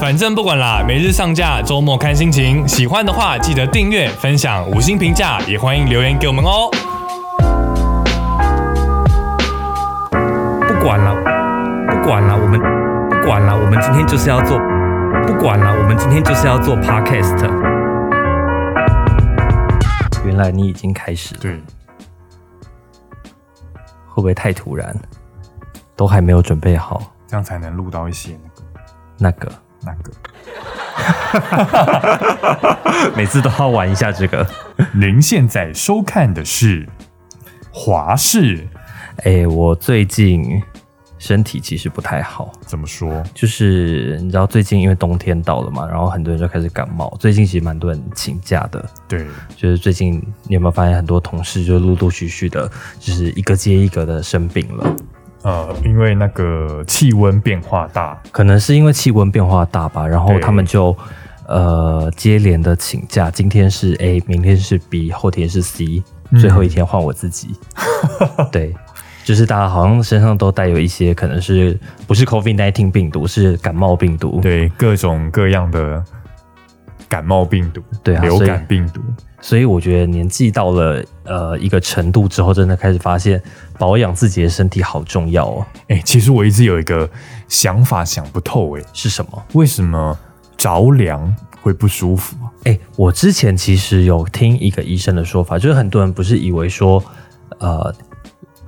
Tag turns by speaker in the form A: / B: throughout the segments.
A: 反正不管啦，每日上架，周末看心情。喜欢的话记得订阅、分享、五星评价，也欢迎留言给我们哦。
B: 不管了，不管了，我们不管了，我们今天就是要做，不管了，我们今天就是要做 podcast。原来你已经开始了，
A: 对，
B: 会不会太突然？都还没有准备好
A: 这样才能录到一些那个
B: 那个，
A: 那个。
B: 每次都要玩一下这 个。
A: 您现在收看的是华视，
B: 哎、我最近身体其实不太好，
A: 怎么说？
B: 就是你知道最近因为冬天到了嘛，然后很多人就开始感冒。最近其实蛮多人请假的，
A: 对，
B: 就是最近你有没有发现很多同事就陆陆续续的，就是一个接一个的生病了。
A: 呃，因为那个气温变化大，
B: 可能是因为气温变化大吧，然后
A: 对
B: 他们就呃接连的请假，今天是 A，明天是 B，后天是 C，
A: 嗯
B: 最后一天换我自 己。对，就是大家好像身上都带有一些可能是不是 COVID 1 9病毒，是感冒病毒。
A: 对各种各样的感冒病毒、
B: 对啊
A: 流
B: 所以
A: 感病毒，
B: 所以我觉得年纪到了呃一个程度之后，真的开始发现保养自己的身体好重要哦。
A: 哎、其实我一直有一个想法想不透、哎，
B: 是什么？
A: 为什么着凉会不舒服啊？
B: 哎、我之前其实有听一个医生的说法，就是很多人不是以为说，呃，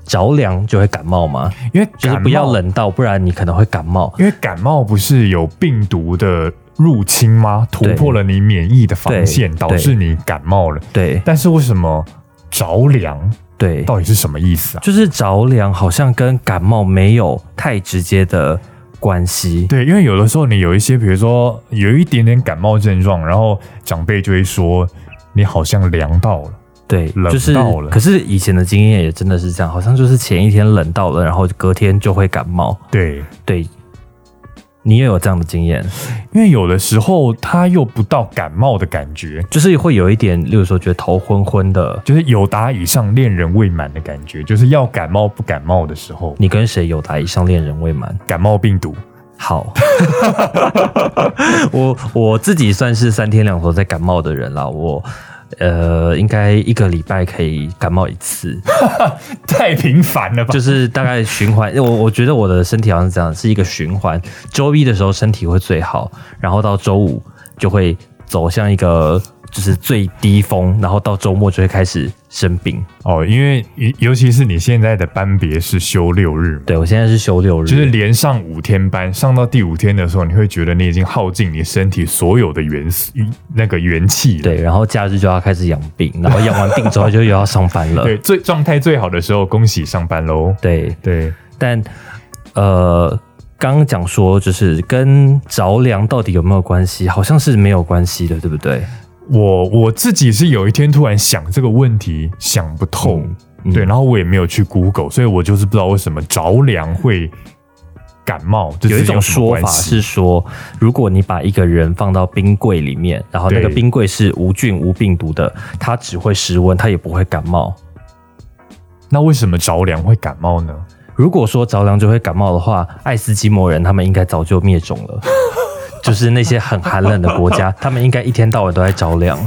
B: 着凉就会感冒吗？
A: 因为
B: 就
A: 感
B: 是
A: 冒
B: 不要，冷到，不然你可能会感冒。
A: 因为感冒不是有病毒的入侵吗？突
B: 对
A: 破了你免疫的防线，
B: 对
A: 导致你感冒了。
B: 对
A: 但是为什么着凉
B: 对，
A: 到底是什么意思啊？
B: 就是着凉好像跟感冒没有太直接的关系。
A: 对，因为有的时候你有一些，比如说有一点点感冒症状，然后长辈就会说你好像凉到了。
B: 对，
A: 冷
B: 就是
A: 到了
B: 可是以前的经验也真的是这样，好像就是前一天冷到了，然后隔天就会感冒。
A: 对，
B: 对，你也有这样的经验，
A: 因为有的时候他又不到感冒的感觉，
B: 就是会有一点，例如说觉得头昏昏的，
A: 就是有达以上恋人未满的感觉，就是要感冒不感冒的时候，
B: 你跟谁有达以上恋人未满？
A: 感冒病毒。
B: 好， 我我自己算是三天两头在感冒的人啦，我。呃，应该一个礼拜可以感冒一 次，
A: 太频繁了吧？
B: 就是大概循环。我我觉得我的身体好像是这样，是一个循环。周一的时候身体会最好，然后到周五就会走向一个就是最低峰，然后到周末就会开始生病。
A: 哦，因为尤尤其是你现在的班别是休六日嘛，
B: 对我现在是休六日，
A: 就是连上五天班，上到第五天的时候，你会觉得你已经耗尽你身体所有的元素那个元气了。
B: 对，然后假日就要开始养病，然后养完病之后就又要上班了。
A: 对，最状态最好的时候，恭喜上班喽。
B: 对，
A: 对，
B: 但呃，刚刚讲说就是跟着凉到底有没有关系，好像是没有关系的，对不对？
A: 我我自己是有一天突然想这个问题，想不透。
B: 嗯
A: 对，然后我也没有去 Google，所以我就是不知道为什么着凉会感冒，这
B: 有一
A: 之间
B: 种
A: 什么
B: 说
A: 关
B: 法
A: 系
B: 是说，如果你把一个人放到冰柜里面，然后那个
A: 对
B: 冰柜是无菌无病毒的，他只会失温，他也不会感冒。
A: 那为什么着凉会感冒呢？
B: 如果说着凉就会感冒的话，爱斯基摩人他们应该早就灭种了。 就是那些很寒冷的国 家，他们应该一天到晚都在着凉，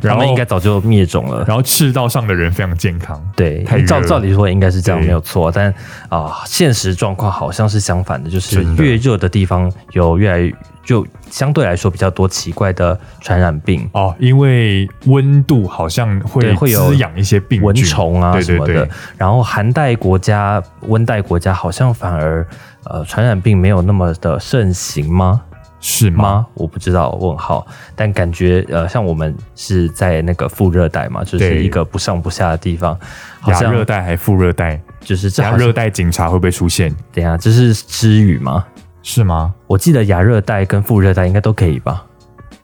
A: 然
B: 他
A: 后
B: 们应该早就灭种了。
A: 然后赤道上的人非常健康，
B: 对
A: 太热，
B: 照
A: 了
B: 照理说应该是这样
A: 对
B: 没有错，但啊、现实状况好像是相反的，就是
A: 真的
B: 越热的地方有越来越就相对来说比较多奇怪的传染病。
A: 哦，因为温度好像会
B: 对会有
A: 滋养一些病菌
B: 蚊虫啊
A: 对
B: 什
A: 对
B: 么的，
A: 对，
B: 然后寒带国家、温带国家好像反而呃传染病没有那么的盛行吗？
A: 是吗？
B: 吗？我不知道，问号。但感觉呃，像我们是在那个副热带嘛，就
A: 对
B: 是一个不上不下的地方，好
A: 亚
B: 像
A: 热带还副热带，
B: 就是这
A: 亚
B: 好
A: 热
B: 像
A: 带警察会不会出现？
B: 等一下这是知语吗？
A: 是吗？
B: 我记得亚热带跟副热带应该都可以吧？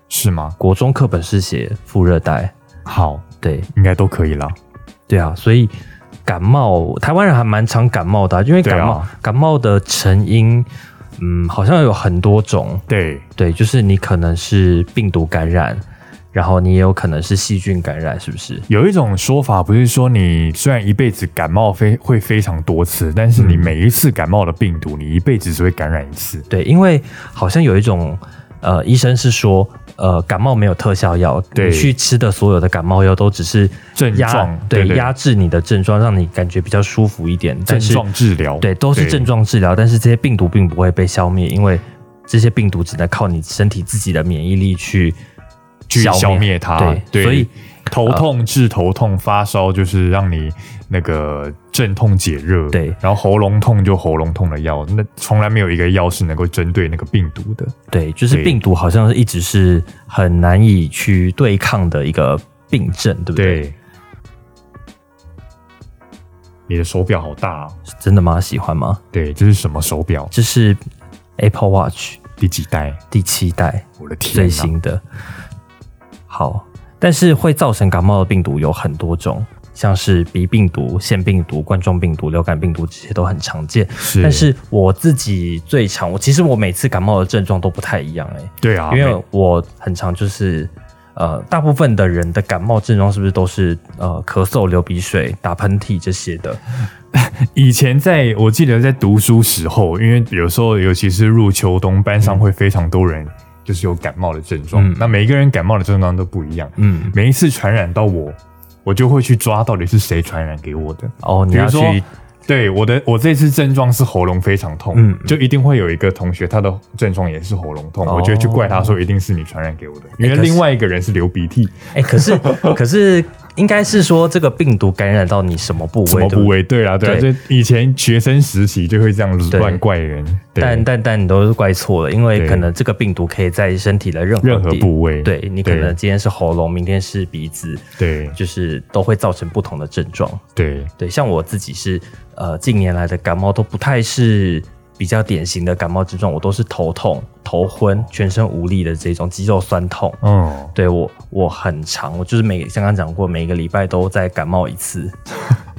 A: 是吗？
B: 国中课本是写副热带，
A: 好，
B: 对
A: 应该都可以了。
B: 对啊，所以感冒台湾人还蛮常感冒的啊、因为感冒、
A: 对
B: 感冒的成因，嗯，好像有很多种，
A: 对，
B: 对，就是你可能是病毒感染，然后你也有可能是细菌感染，是不是？
A: 有一种说法不是说你虽然一辈子感冒非会非常多次，但是
B: 嗯
A: 你每一次感冒的病毒，你一辈子只会感染一次。
B: 对，因为好像有一种呃，医生是说，呃，感冒没有特效药，
A: 对
B: 你去吃的所有的感冒药都只是
A: 症
B: 压
A: 状对
B: 对
A: 对
B: 压制你的症状，让你感觉比较舒服一点。
A: 症
B: 但是
A: 状治疗，
B: 对，都是症。状治疗，但是这些病毒并不会被消灭，因为这些病毒只能靠你身体自己的免疫力去
A: 去消灭它。
B: 对，所以
A: 头痛治头痛，发烧就是让你那个镇痛解热，
B: 对
A: 然后喉咙痛就喉咙痛的药，那从来没有一个药是能够针对那个病毒的。
B: 对，就是
A: 对
B: 病毒好像一直是很难以去对抗的一个病症，对不对？
A: 对，你的手表好大、哦，
B: 真的吗？喜欢吗？
A: 对，这是什么手表？
B: 这是 Apple Watch
A: 第几代？
B: 第七代
A: 我的天
B: 最
A: 哪！
B: 新的。好，但是会造成感冒的病毒有很多种，像是鼻病毒、腺病毒、冠状病毒、流感病毒，这些都很常见。
A: 是
B: 但是我自己最常，我其实我每次感冒的症状都不太一样哎、
A: 对啊，
B: 因
A: 没
B: 为我很常就是呃，大部分的人的感冒症状是不是都是呃咳嗽、流鼻水、打喷嚏这些的？
A: 以前在我记得在读书时候，因为有时候尤其是入秋冬，班上会非常多人就是有感冒的症状，
B: 嗯
A: 那每一个人感冒的症状都不一样。
B: 嗯，
A: 每一次传染到我，我就会去抓到底是谁传染给我的。
B: 哦，你
A: 比如
B: 要
A: 说
B: 去
A: 对我的，我这次症状是喉咙非常痛，
B: 嗯
A: 就一定会有一个同学他的症状也是喉咙痛，
B: 哦
A: 我就会去怪他说一定是你传染给我的，因为
B: 可是
A: 另外一个人是流鼻涕，
B: 哎、可是可是应该是说这个病毒感染到你什么部
A: 什
B: 位？
A: 么
B: 对
A: 部
B: 不对？
A: 位？对啊，对啊，
B: 对
A: 就以前学生时期就会这样子
B: 对
A: 乱怪人，对
B: 但但但你都是怪错了，因为
A: 对
B: 可能这个病毒可以在身体的任何
A: 任何
B: 地
A: 部位，
B: 对你可能今天是喉咙，明天是鼻子，
A: 对
B: 就是都会造成不同的症状。
A: 对
B: 对，像我自己是呃近年来的感冒都不太是比较典型的感冒症状，我都是头痛、头昏、全身无力的这种肌肉酸痛。
A: 哦，
B: 对我我很长，我就是每刚刚讲过，每个礼拜都在感冒 一次，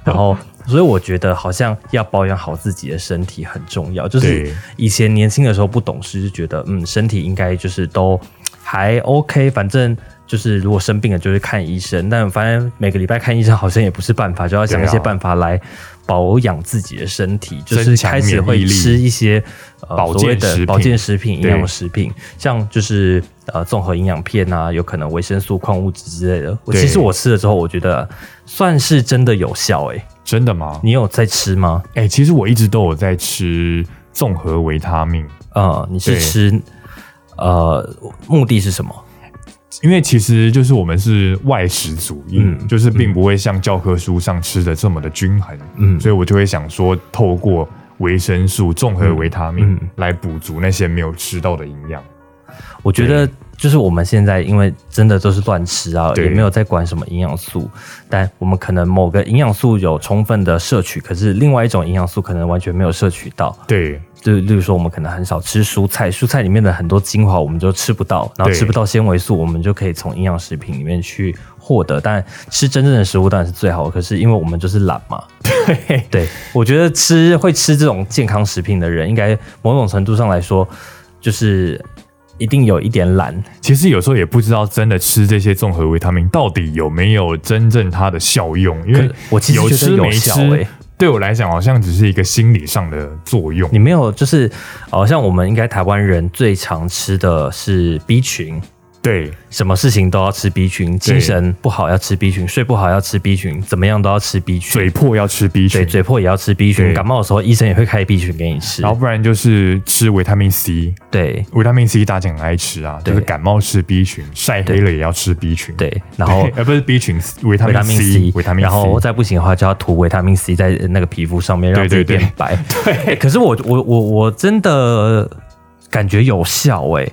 B: 然后所以我觉得好像要保养好自己的身体很重要。就是
A: 对
B: 以前年轻的时候不懂事，就觉得嗯身体应该就是都还 OK，反正。就是如果生病了，就是看医生。但反正每个礼拜看医生好像也不是办法，就要想一
A: 对
B: 些
A: 啊
B: 办法来保养自己的身体。就
A: 增
B: 是
A: 强
B: 开始
A: 免疫
B: 会
A: 力
B: 吃一些、呃、
A: 啊保
B: 所谓
A: 健食
B: 的保
A: 品
B: 健食品、营
A: 对
B: 养食品，像就是呃综合营养片啊，有可能维生素、矿物质之类的。我
A: 对
B: 其实我吃了之后，我觉得算是真的有效诶、
A: 真的吗？
B: 你有在吃吗？
A: 哎、其实我一直都有在吃综合维他命，
B: 呃，你是
A: 对
B: 吃呃目的是什么？
A: 因为其实就是我们是外食主义，
B: 嗯
A: 就是并不会像教科书上吃的这么的均衡，
B: 嗯
A: 所以我就会想说，透过维生素、综合维他命
B: 嗯嗯
A: 来补足那些没有吃到的营养。
B: 我觉得就是我们现在因为真的都是乱吃啊，
A: 对
B: 也没有在管什么营养素，但我们可能某个营养素有充分的摄取，可是另外一种营养素可能完全没有摄取到。
A: 对
B: 就例如说，我们可能很少吃蔬菜，蔬菜里面的很多精华我们就吃不到，然后
A: 对
B: 吃不到纤维素，我们就可以从营养食品里面去获得。但吃真正的食物当然是最好，可是因为我们就是懒嘛，对对，我觉得吃会吃这种健康食品的人，应该某种程度上来说，就是一定有一点懒，
A: 其实有时候也不知道真的吃这些综合维他命到底有没有真正它的效用，因为
B: 可我其实
A: 有
B: 觉得
A: 吃
B: 有
A: 没吃
B: 效欸，
A: 对我来讲好像只是一个心理上的作用。
B: 你没有就是，好、像我们应该台湾人最常吃的是 B 群，
A: 对
B: 什么事情都要吃 B 群，精神不好要吃 B 群，睡不好要吃 B 群，怎么样都要吃 B 群，
A: 嘴破要吃 B
B: 对
A: 群，
B: 嘴破也要吃 B 群，
A: 对
B: 感冒的时候医生也会开 B 群给你吃
A: 然，后不然就是吃维他命 C，
B: 对
A: 维他命 C 大家很爱吃啊，就是
B: 对
A: 感冒吃 B 群，晒黑了也要吃 B 群。
B: 对，然后
A: 对。 呃不是 B 群，维他
B: 维
A: 命
B: 他命 C，
A: 维他命 C，
B: 然后再不行的话就要涂维他命 C 在那个皮肤上面，让
A: 对
B: 自己
A: 对对
B: 变白。欸可是我我我我真的感觉有效哎、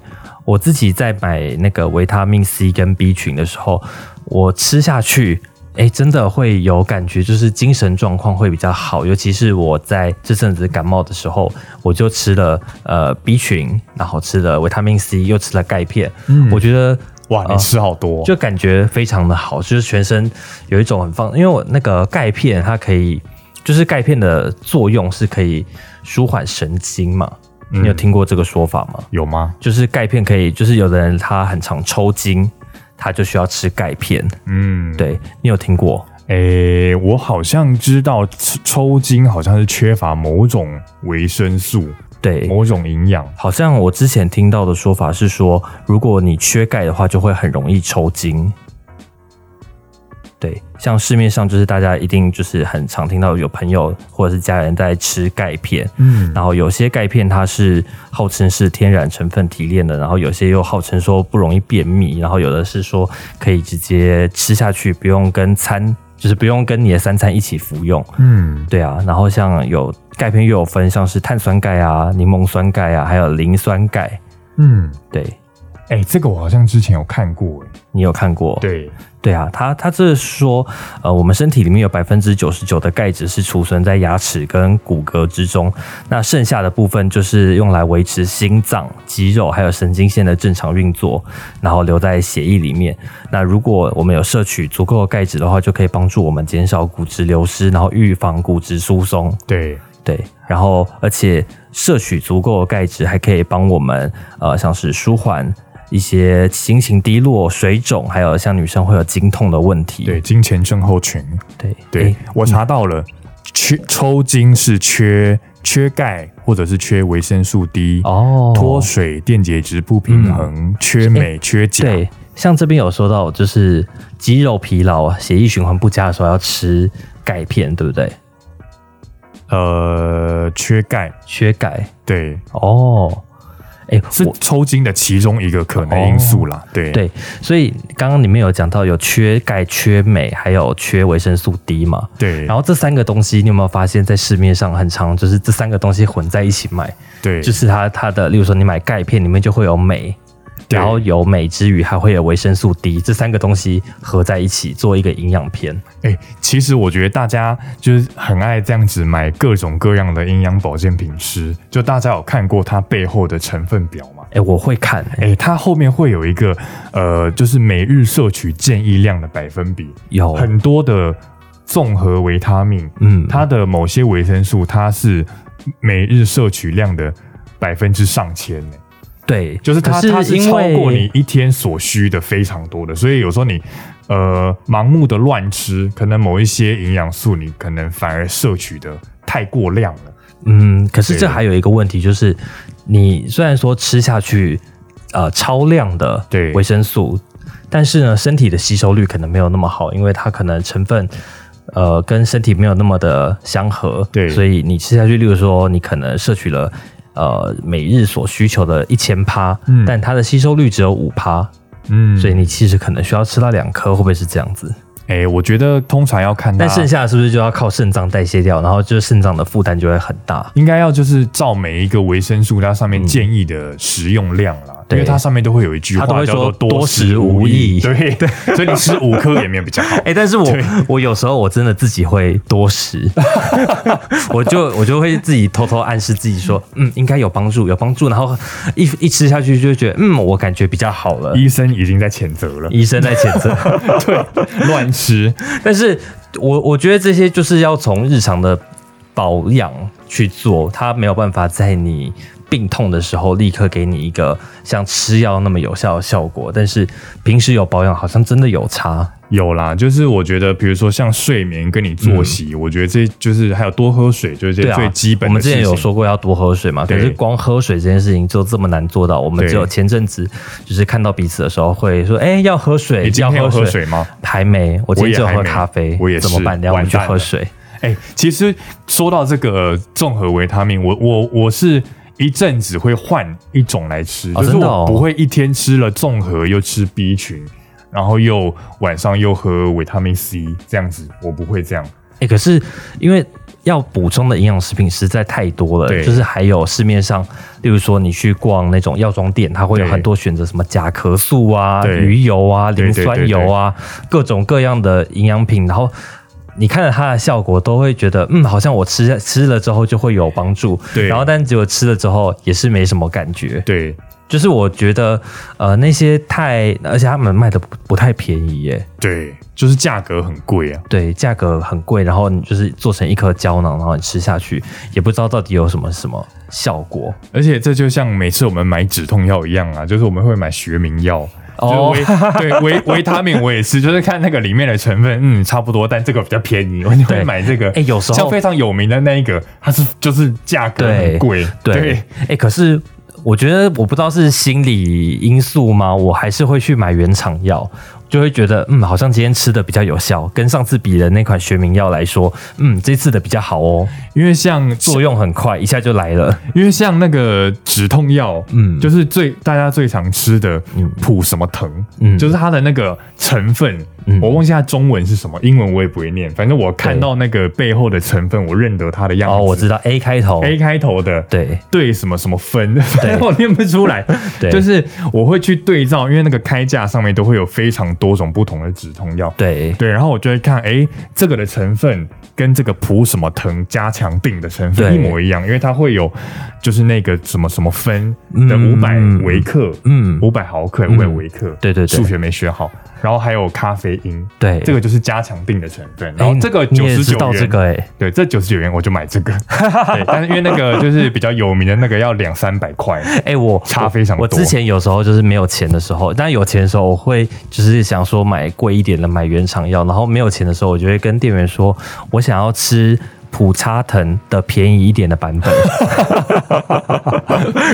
B: 我自己在买那个维他命 C 跟 B 群的时候，我吃下去，哎、真的会有感觉，就是精神状况会比较好。尤其是我在这阵子感冒的时候，我就吃了呃 B 群，然后吃了维他命 C，又吃了钙片，
A: 嗯
B: 我觉得。
A: 哇，你吃好多，
B: 就感觉非常的好，就是全身有一种很放，因为我那个钙片它可以，就是钙片的作用是可以舒缓神经嘛。你有听过这个说法吗？
A: 有吗？
B: 就是钙片可以，就是有的人他很常抽筋，他就需要吃钙片。
A: 嗯，
B: 对你有听过？
A: 诶，我好像知道抽抽筋好像是缺乏某种维生素，
B: 对，
A: 某种营养。
B: 好像我之前听到的说法是说，如果你缺钙的话，就会很容易抽筋。对，像市面上就是大家一定就是很常听到有朋友或者是家人在吃钙片，
A: 嗯，
B: 然后有些钙片它是号称是天然成分提炼的，然后有些又号称说不容易便秘，然后有的是说可以直接吃下去，不用跟餐，就是不用跟你的三餐一起服用。
A: 嗯，
B: 对啊，然后像有钙片又有分，像是碳酸钙啊、柠檬酸钙啊，还有磷酸钙。
A: 嗯，
B: 对
A: 哎、这个我好像之前有看过、哎，
B: 你有看过？
A: 对，
B: 对啊，它它这是说，呃，我们身体里面有百分之九十九的钙质是储存在牙齿跟骨骼之中，那剩下的部分就是用来维持心脏、肌肉还有神经线的正常运作，然后留在血液里面。那如果我们有摄取足够的钙质的话，就可以帮助我们减少骨质流失，然后预防骨质疏松。
A: 对，
B: 对，然后而且摄取足够的钙质，还可以帮我们呃，像是舒缓一些心情低落、水肿，还有像女生会有经痛的问题。
A: 对，金钱症候群，
B: 对
A: 对、
B: 诶
A: 我查到了，缺抽筋是缺缺钙或者是缺维生素 D，、
B: 哦，嗯
A: 脱水、电解质不平衡、缺镁、缺钾，
B: 对，像这边有说到，就是肌肉疲劳、血液循环不佳的时候要吃钙片，对不对？
A: 呃，缺钙，
B: 缺钙
A: 对，
B: 哦，哎，
A: 是
B: 我哦
A: 抽筋的其中一个可能因素啦。对，
B: 对，所以刚刚你们有讲到有缺钙、缺镁，还有缺维生素 D 嘛？
A: 对，
B: 然后这三个东西，你有没有发现，在市面上很常就是这三个东西混在一起卖？
A: 对，
B: 就是它它的，例如说你买钙片，里面就会有镁，
A: 对
B: 然后有镁之余还会有维生素 D，这三个东西合在一起做一个营养片。
A: 哎、其实我觉得大家就是很爱这样子买各种各样的营养保健品吃，就大家有看过它背后的成分表吗？
B: 哎，我会看、诶
A: 哎、它后面会有一个呃，就是每日摄取建议量的百分比，
B: 有
A: 很多的综合维他命，
B: 哦嗯，
A: 它的某些维生素它是每日摄取量的百分之上千呢、
B: 对，
A: 就是它
B: 可
A: 它是
B: 因
A: 超
B: 为
A: 过你一天所需的非常多的，所以有时候你呃盲目的乱吃，可能某一些营养素你可能反而摄取的太过量了。
B: 嗯，可是
A: 对
B: 这还有一个问题，就是你虽然说吃下去呃超量的
A: 对
B: 维生素，但是呢，身体的吸收率可能没有那么好，因为它可能成分。呃，跟身体没有那么的相合，
A: 对
B: 所以你吃下去，例如说你可能摄取了呃每日所需求的一千趴，
A: 嗯
B: 但它的吸收率只有五趴，
A: 嗯
B: 所以你其实可能需要吃到两颗，会不会是这样子？
A: 哎、我觉得通常要看它，
B: 但剩下的是不是就要靠肾脏代谢掉，然后就是肾脏的负担就会很大？
A: 应该要就是照每一个维生素它上面建议的食用量啦，
B: 对
A: 因为它上面都会有一句
B: 它都
A: 话
B: 会
A: 叫做
B: 说
A: 多食
B: 多食
A: 无
B: 无
A: 益，
B: 益
A: 对对，所以你吃五颗也没有比较 好。
B: 哎、但是我我有时候我真的自己会多食， 我就我就会自己偷偷暗示自己说，嗯，应该有帮助，有帮助。然后一一吃下去就会觉得，嗯，我感觉比较好了。
A: 医生已经在谴责 了，
B: 医生在谴责，
A: 对，乱吃，
B: 但是我我觉得这些就是要从日常的保养去做，它没有办法在你病痛的时候立刻给你一个像吃药那么有效的效果，但是平时有保养好像真的有差。
A: 有啦，就是我觉得，比如说像睡眠跟你作息，我觉得这就是还有多喝水，就是这
B: 嗯对
A: 些
B: 啊，
A: 最基本
B: 我
A: 的
B: 们
A: 事
B: 之
A: 情。
B: 前有说过要多喝水嘛，可
A: 对
B: 是光喝水这件事情就这么难做到。我们
A: 对
B: 只有前阵子就是看到彼此的时候会说，哎、要喝水，
A: 你今天有
B: 要
A: 喝
B: 喝
A: 水吗？
B: 还没，我今
A: 我也
B: 天只有
A: 还
B: 喝
A: 没
B: 咖啡，
A: 我也是
B: 怎么办？等一下我们去
A: 完蛋
B: 喝
A: 了
B: 水。
A: 哎、其实说到这个综合维他命，我我我是一阵子会换一种来吃，
B: 哦
A: 就是
B: 真的哦
A: 我不会一天吃了综合又吃 B 群，然后又晚上又喝维他命 C 这样子，我不会这样。
B: 哎、可是因为要补充的营养食品实在太多
A: 对
B: 了，就是还有市面上，例如说你去逛那种药妆店，它会有
A: 对
B: 很多选择，什么甲壳素啊、
A: 对
B: 鱼油啊、
A: 对
B: 磷
A: 对
B: 酸油啊，各种各样的营养品，然后。你看了它的效果，都会觉得嗯，好像我吃下吃了之后就会有帮助。
A: 对
B: 然后但结果吃了之后也是没什么感觉。
A: 对，
B: 就是我觉得呃那些太，而且他们卖的不不太便宜耶。
A: 对，就是价格很贵啊。
B: 对，价格很贵，然后你就是做成一颗胶囊，然后你吃下去，也不知道到底有什么什么效果。
A: 而且这就像每次我们买止痛药一样啊，就是我们会买学名药，就
B: 哦
A: 维、对维维他命我也吃，就是看那个里面的成分，嗯，差不多，但这个比较便宜，我就会
B: 对
A: 买这个。
B: 哎有时候
A: 像非常有名的那一个，它是就是价格很
B: 对
A: 贵，
B: 对，哎、可是我觉得我不知道是心理因素吗？我还是会去买原厂药，就会觉得嗯，好像今天吃的比较有效，跟上次比的那款学名药来说，嗯，这次的比较好哦，
A: 因为像
B: 作用很快，一下就来了。
A: 因为像那个止痛药，嗯，
B: 嗯
A: 就是最大家最常吃的普什么疼，嗯，
B: 嗯
A: 就是它的那个成分，
B: 嗯
A: 我忘记它中文是什么，英文我也不会念，反正我看
B: 对
A: 到那个背后的成分，我认得它的样子。
B: 哦，我知道 A 开头
A: A 开头的，
B: 对
A: 对什么什么分，反正 我念不出来。
B: 对
A: 就是我会去对照，因为那个开架上面都会有非常多种不同的止痛药。
B: 对
A: 对，然后我就会看，哎，这个的成分跟这个普什么藤加强定的成分
B: 对
A: 一模一样，因为它会有就是那个什么什么酚的五百
B: 嗯
A: 微克，
B: 嗯
A: 五百毫克，五百微克，
B: 对对对
A: 数学没学好。然后还有咖啡因，
B: 对
A: 这个就是加强定的成分。
B: 哎
A: 然后这个
B: 你
A: 九
B: 也
A: 十
B: 知
A: 九
B: 道
A: 元，
B: 这个哎、
A: 对，这九十九元我就买这个。 对，但是因为那个就是比较有名的那个要两三百块，
B: 哎、我
A: 差非常多
B: 我。我之前有时候就是没有钱的时候，但有钱的时候，我会就是想说买贵一点的，买原厂药。然后没有钱的时候，我就会跟店员说，我想要吃普沙藤的便宜一点的版本。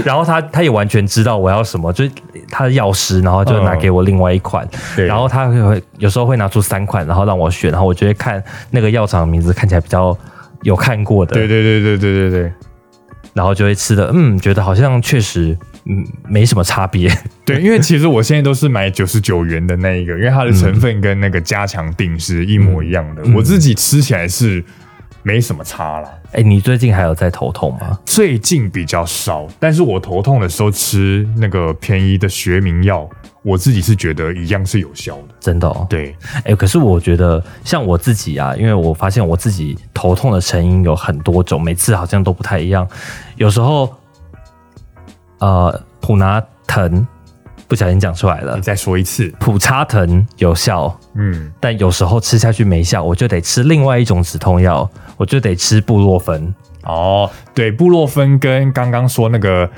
B: 然后他他也完全知道我要什么，就是他的药师，然后就拿给我另外一款。
A: 嗯对
B: 然后他会有时候会拿出三款，然后让我选，然后我就会看那个药厂的名字看起来比较有看过的，
A: 对对对对对对对。
B: 然后就会吃的，嗯，觉得好像确实，嗯，没什么差别。
A: 对，因为其实我现在都是买九十九元的那一个，因为它的成分跟那个加强定是一模一样的。我自己吃起来是没什么差啦，
B: 哎、你最近还有在头痛吗？
A: 最近比较少，但是我头痛的时候吃那个便宜的学名药，我自己是觉得一样是有效的。
B: 真的、哦，
A: 对，
B: 哎、可是我觉得像我自己啊，因为我发现我自己头痛的成因有很多种，每次好像都不太一样。有时候，呃，普拿疼不小心讲出来了
A: 你，再说一次，
B: 普沙疼有效，
A: 嗯，
B: 但有时候吃下去没效，我就得吃另外一种止痛药，我就得吃布洛芬。
A: 哦，对，布洛芬跟刚刚说那个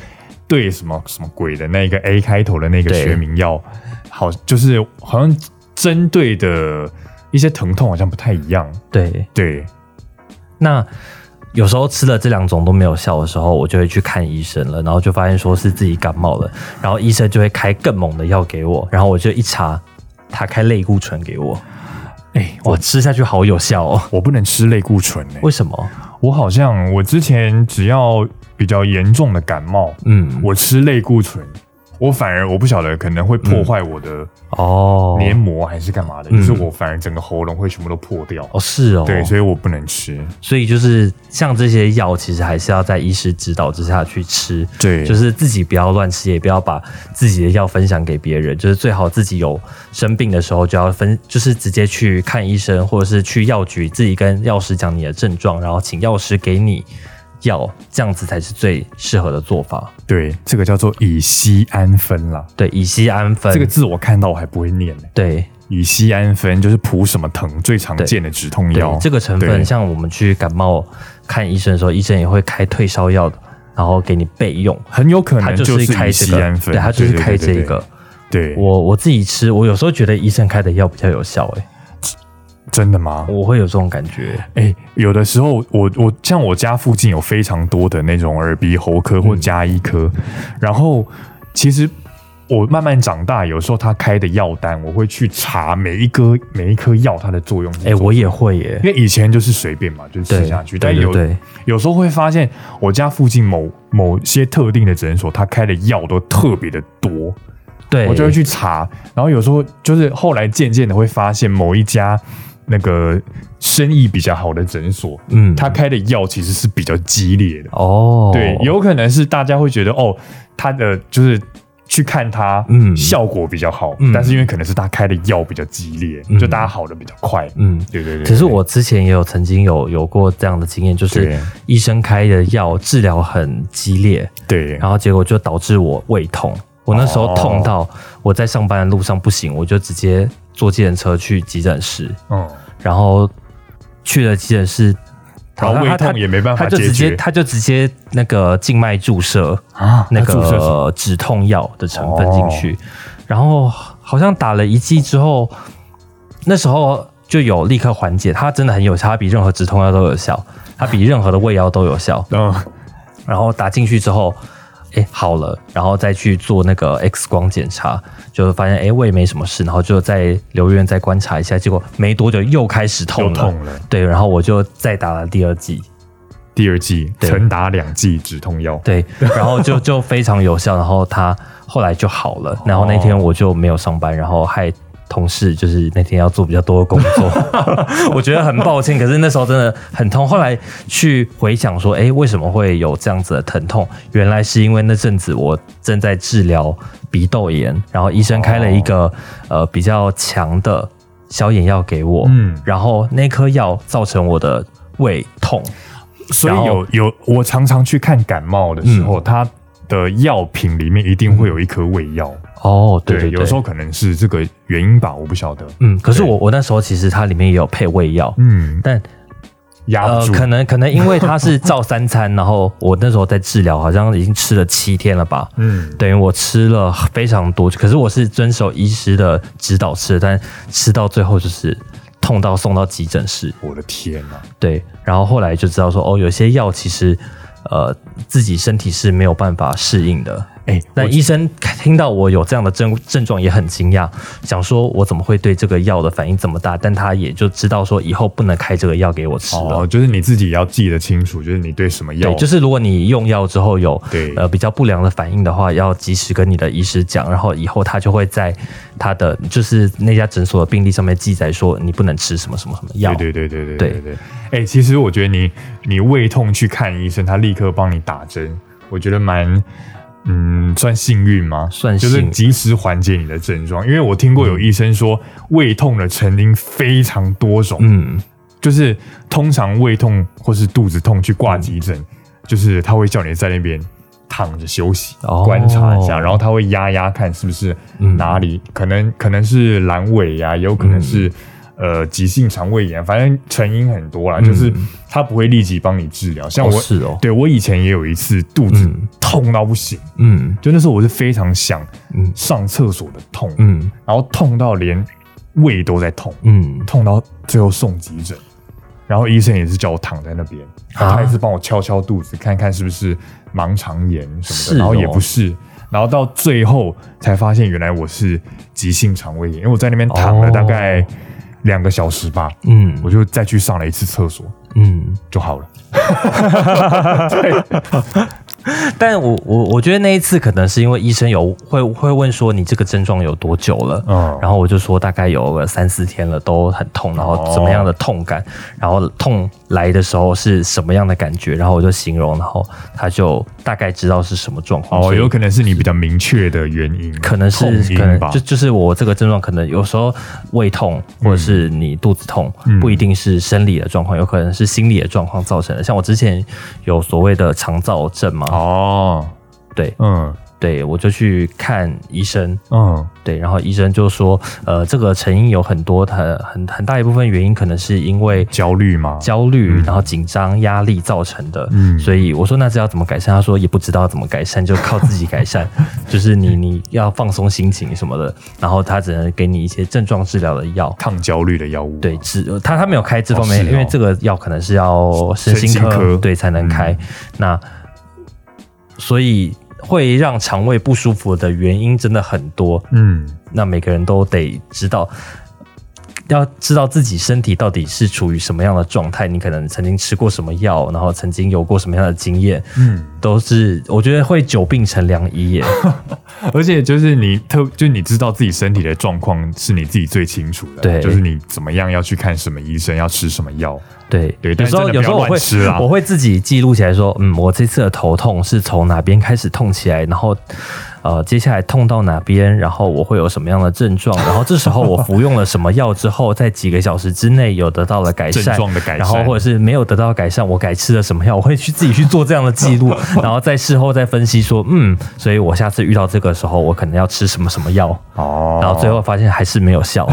A: 对什么什么鬼的那个 A 开头的那个
B: 对
A: 学名药，好，就是好像针对的一些疼痛好像不太一样。
B: 对，
A: 对，
B: 那有时候吃了这两种都没有效的时候，我就会去看医生了，然后就发现说是自己感冒了，然后医生就会开更猛的药给我，然后我就一查，他开类固醇给我，
A: 哎、
B: 我吃下去好有效哦。
A: 我不能吃类固醇哎、
B: 为什么？
A: 我好像我之前只要比较严重的感冒，
B: 嗯，
A: 我吃类固醇，我反而我不晓得可能会破坏我的
B: 嗯哦，
A: 黏膜还是干嘛的，
B: 嗯
A: 就是我反而整个喉咙会全部都破掉。
B: 哦是哦，
A: 对，所以我不能吃。
B: 所以就是像这些药，其实还是要在医师指导之下去吃。
A: 对
B: 就是自己不要乱吃，也不要把自己的药分享给别人。就是最好自己有生病的时候，就要分，就是直接去看医生，或者是去药局自己跟药师讲你的症状，然后请药师给你药，这样子才是最适合的做法。
A: 对，这个叫做乙酰氨酚啦。
B: 对，以息安分。
A: 这个字我看到我还不会念呢、
B: 对
A: 乙酰氨酚就是普什么疼最常见的止痛
B: 对
A: 药，，
B: 这个成
A: 对
B: 分，像我们去感冒看医生的时候，医生也会开退烧药，然后给你备用。
A: 很有可
B: 他
A: 能
B: 就是
A: 是
B: 开
A: 乙
B: 这
A: 酰
B: 个
A: 氨，酚，
B: 对他就是开
A: 对
B: 这
A: 对
B: 个。
A: 对对，
B: 我我自己吃，我有时候觉得医生开的药比较有效、欸，
A: 真的吗？
B: 我会有这种感觉。
A: 哎、有的时候我我像我家附近有非常多的那种耳鼻喉科或加医科，
B: 嗯
A: 然后其实我慢慢长大，有时候他开的药单，我会去查每一颗每一颗药它的作用是
B: 哎、
A: 什么。
B: 我也会耶、
A: 因为以前就是随便嘛，就是吃
B: 对
A: 下去，
B: 对
A: 但有
B: 对对
A: 有时候会发现，我家附近某某些特定的诊所，他开的药都特别的多，
B: 对，
A: 我就会去查，然后有时候就是后来渐渐的会发现某一家那个生意比较好的诊所，
B: 嗯
A: 他开的药其实是比较激烈的，
B: 哦，
A: 对，有可能是大家会觉得哦，他的就是去看他，
B: 嗯
A: 效果比较好，
B: 嗯
A: 但是因为可能是他开的药比较激烈，
B: 嗯
A: 就大家好的比较快，
B: 嗯。
A: 对对对。
B: 可
A: 对
B: 是我之前也有曾经有有过这样的经验，就是
A: 对
B: 医生开的药治疗很激烈，
A: 对
B: 然后结果就导致我胃痛。我那时候
A: 哦
B: 痛到我在上班的路上不行，我就直接坐计程车去急诊室，
A: 嗯，
B: 然后去了急诊室，
A: 然后胃
B: 他他
A: 痛也没办法
B: 他就
A: 解
B: 直接
A: 决
B: 他就直接那个静脉注射
A: 啊
B: 那
A: 他注射什么哦
B: 个止痛药的成分进去，然后好像打了一剂之后，那时候就有立刻缓解，它真的很有效，它比任何止痛药都有效，它比任何的胃药都有效。
A: 嗯，
B: 然后打进去之后，哎好了，然后再去做那个 X 光检查，就发现哎胃没什么事，然后就再留院再观察一下，结果没多久又开始痛
A: 又
B: 了，
A: 痛了。
B: 对，然后我就再打了第二剂，
A: 第二季
B: 对
A: 曾打两剂止痛药，
B: 对，然后就就非常有效，然后他后来就好 了，然后那天
A: 哦
B: 我就没有上班，然后害同事就是那天要做比较多的工作， 我觉得很抱歉，可是那时候真的很痛。后来去回想说，哎，为什么会有这样子的疼痛？原来是因为那阵子我正在治疗鼻窦炎，然后医生开了一个、
A: 哦
B: 呃比较强的消炎药给我，
A: 嗯
B: 然后那颗药造成我的胃痛，
A: 所以
B: 然
A: 有
B: 后
A: 有我常常去看感冒的时候，它的药品里面一定会有一颗胃药，
B: 哦，对对
A: 有时候可能是这个原因吧，我不晓得，
B: 嗯，可是
A: 对
B: 我我那时候其实它里面也有配胃药，
A: 嗯，
B: 但
A: 压
B: 呃
A: 不，住，
B: 可能可能因为它是照三餐，然后我那时候在治疗，好像已经吃了七天了吧，
A: 嗯，
B: 等于我吃了非常多，可是我是遵守医师的指导吃的，但吃到最后就是痛到送到急诊室，
A: 我的天呐、
B: 对，然后后来就知道说哦，有些药其实呃自己身体是没有办法适应的，
A: 哎、
B: 那
A: 我
B: 医生听到我有这样的症症状也很惊讶，想说我怎么会对这个药的反应这么大？但他也就知道说以后不能开这个药给我吃了。
A: 哦，就是你自己也要记得清楚，就是你对什么药，
B: 对，就是是如果你用药之后有
A: 对
B: 呃比较不良的反应的话，要及时跟你的医师讲，然后以后他就会在他的就是那家诊所的病历上面记载说你不能吃什么什么什么药。
A: 对对对对对对
B: 对
A: 对。哎、其实我觉得你你胃痛去看医生，他立刻帮你打针，我觉得蛮。嗯，算幸运吗？
B: 算
A: 就是
B: 幸运
A: 及时缓解你的症状。因为我听过有医生说，胃痛的成因非常多种，
B: 嗯，
A: 就是通常胃痛或是肚子痛去挂急诊，就是他会叫你在那边躺着休息，
B: 哦
A: 观察一下，然后他会压压看是不是
B: 嗯
A: 哪里、可能可能是阑尾呀、也有可能
B: 嗯
A: 是、呃急性肠胃炎，反正成因很多啦，就是他不会立即帮你治疗。像
B: 嗯哦
A: 我、
B: 是哦，
A: 对我以前也有一次肚子
B: 嗯
A: 痛到不行，
B: 嗯
A: 就那时候我是非常想
B: 嗯
A: 上厕所的痛，
B: 嗯
A: 然后痛到连胃都在痛。
B: 嗯，
A: 痛到最后送急诊，然后医生也是叫我躺在那边，
B: 啊
A: 他也是帮我敲敲肚子，看看是不是盲肠炎什么
B: 是
A: 的，
B: 哦
A: 然后也不是，然后到最后才发现原来我是急性肠胃炎，因为我在那边躺了
B: 哦
A: 大概两个小时吧，
B: 嗯
A: 我就再去上了一次厕所
B: 嗯。
A: 就好了。
B: 但我我我觉得那一次可能是因为医生有会会问说你这个症状有多久了，
A: 嗯
B: 然后我就说大概有个三四天了，都很痛，然后怎么样的痛感，然后痛来的时候是什么样的感觉，然后我就形容，然后他就大概知道是什么状况。
A: 哦，
B: 所以
A: 有可能是你比较明确的原因，
B: 可能是
A: 痛因
B: 可能
A: 吧
B: 就就是我这个症状，可能有时候胃痛，或者是你肚子痛，
A: 嗯
B: 不一定是生理的状况，有可能是心理的状况造成的。像我之前有所谓的肠燥症嘛，
A: 哦，
B: 对，
A: 嗯
B: 对，我就去看医生，
A: 嗯
B: 对，然后医生就说，呃，这个成因有很多，很很很大一部分原因可能是因为
A: 焦虑吗？
B: 焦虑，然后紧张、压力造成的。
A: 嗯
B: 所以我说那这要怎么改善？他说也不知道怎么改善，就靠自己改善，就是你你要放松心情什么的，然后他只能给你一些症状治疗的药。
A: 抗焦虑的药物吗，
B: 对，治他他没有开这方
A: 哦
B: 面，
A: 是哦
B: 因为这个药可能是要身心
A: 身
B: 科
A: 心科嗯
B: 对才能开。那所以会让肠胃不舒服的原因真的很多，
A: 嗯，
B: 那每个人都得知道。要知道自己身体到底是处于什么样的状态，你可能曾经吃过什么药，然后曾经有过什么样的经验，
A: 嗯，
B: 都是我觉得会久病成良医耶。
A: 而且就是你特，就你知道自己身体的状况是你自己最清楚的，
B: 对
A: 就是你怎么样要去看什么医生，要吃什么药，
B: 对
A: 对
B: 有
A: 但
B: 时候
A: 真的
B: 有时候
A: 不
B: 我
A: 要乱
B: 会
A: 吃啊
B: 我会自己记录起来说，嗯，我这次的头痛是从哪边开始痛起来，然后呃，接下来痛到哪边，然后我会有什么样的症状，然后这时候我服用了什么药之后，在几个小时之内有得到了改
A: 症
B: 善，
A: 状的改善
B: 然后或者是没有得到改善，我改吃了什么药， 我会去自己去做这样的 记录，然后在事后再分析说，嗯，所以我下次遇到这个时候，我可能要吃什么什么药，
A: 哦，
B: 然后最后发现还是没 有效，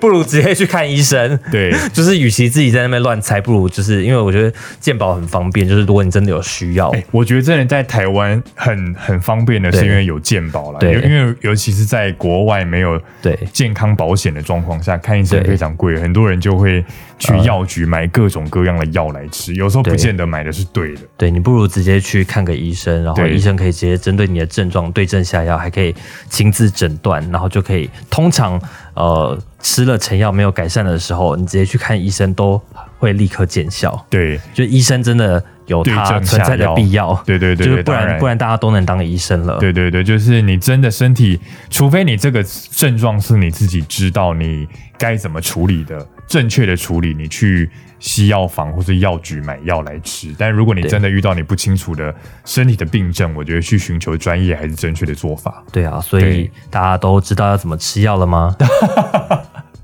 B: 不如直接去看医生。
A: 对
B: 就是与其自己在那边乱猜，不如就是因为我觉得健保很方便，就是如果你真的有需要，
A: 我觉得真的在台湾很很方便的是
B: 对
A: 因为有健保啦，因
B: 对
A: 为因为尤其是在国外没有
B: 对
A: 健康保险的状况下，看医生
B: 对呃
A: 非常贵，很多人就会去药局买各种各样的药来吃，有时候不
B: 对
A: 见得买的是对的。
B: 对你不如直接去看个医生，然后
A: 对
B: 医生可以直接针对你的症状对症下药，还可以亲自诊断，然后就可以通常呃吃了成药没有改善的时候，你直接去看医生都会立刻见效。
A: 对
B: 就医生真的有
A: 对
B: 他
A: 症
B: 存
A: 下
B: 在的
A: 药
B: 必要，
A: 对对对
B: 就是不
A: 当然
B: 然不然大家都能当医生了。
A: 对对对，就是你真的身体，除非你这个症状是你自己知道你该怎么处理的，正确的处理，你去西药房或是药局买药来吃。但如果你
B: 对
A: 真的遇到你不清楚的身体的病症，我觉得去寻求专业还是正确的做法。
B: 对啊，所以
A: 对
B: 大家都知道要怎么吃药了吗？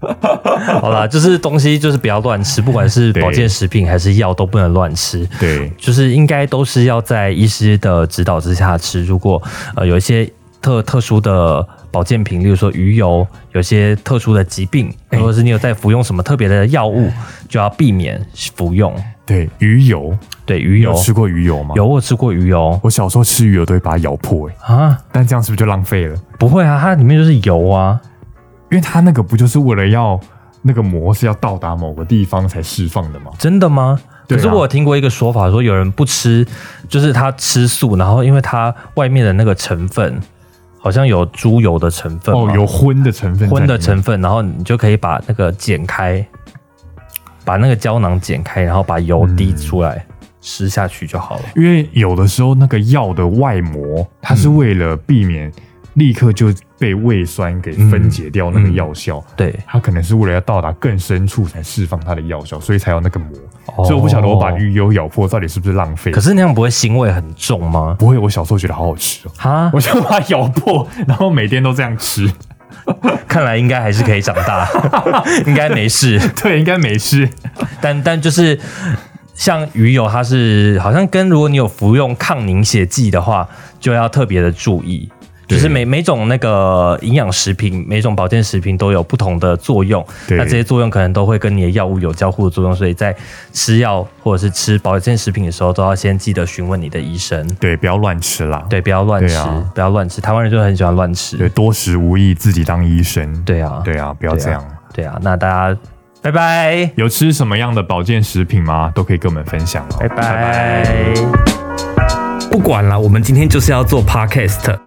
B: 好啦，就是东西就是不要乱吃，不管是
A: 对
B: 保健食品还是药都不能乱吃。
A: 对
B: 就是应该都是要在医师的指导之下吃。如果呃有一些特特殊的保健品，例如说鱼油，有些特殊的疾病，
A: 哎
B: 或者是你有在服用什么特别的药物，就要避免服用。
A: 对，鱼油，
B: 对，鱼
A: 你
B: 油
A: 有吃过鱼油吗？
B: 有，我有吃过鱼油
A: 我小时候吃鱼油都会把它咬破、欸，
B: 啊，
A: 但这样是不是就浪费了？
B: 不会啊，它里面就是油啊。
A: 因为它那个不就是为了要那个膜是要到达某个地方才释放的吗？
B: 真的吗？
A: 对
B: 可
A: 啊
B: 是我有听过一个说法，说有人不吃，就是他吃素，然后因为它外面的那个成分好像有猪油的成分
A: 哦
B: 嘛，
A: 有荤的成分在里面，
B: 荤的成分，然后你就可以把那个剪开，把那个胶囊剪开，然后把油滴出来、
A: 嗯
B: 吃下去就好了。
A: 因为有的时候那个药的外膜，它是为了避免立刻就被胃酸给分解掉那个药效，
B: 对，
A: 它可能是为了要到达更深处才释放它的药效，所以才有那个膜。
B: 哦
A: 所以我不晓得我把鱼油咬破到底是不是浪费。
B: 可是那样不会腥味很重吗？
A: 不会，我小时候觉得好好吃哦，
B: 哈，
A: 我就把它咬破，然后每天都这样吃。
B: 看来应该还是可以长大，应该没事。
A: 对，应该没吃。
B: 但但就是像鱼油，它是好像跟如果你有服用抗凝血剂的话，就要特别的注意。就
A: 对
B: 是每每种那个营养食品、每种保健食品都有不同的作用，
A: 对
B: 那这些作用可能都会跟你的药物有交互的作用，所以在吃药或者是吃保健食品的时候，都要先记得询问你的医生，
A: 对，不要乱吃啦。
B: 对，不要乱
A: 对
B: 吃，
A: 啊
B: 不要乱吃。台湾人就很喜欢乱吃，
A: 对，多食无益，自己当医生。
B: 对啊，
A: 对啊，不要
B: 对啊
A: 这样。
B: 对啊。那大家拜拜，
A: 有吃什么样的保健食品吗？都可以跟我们分享哦。
B: 拜拜
C: 不管啦，我们今天就是要做 podcast。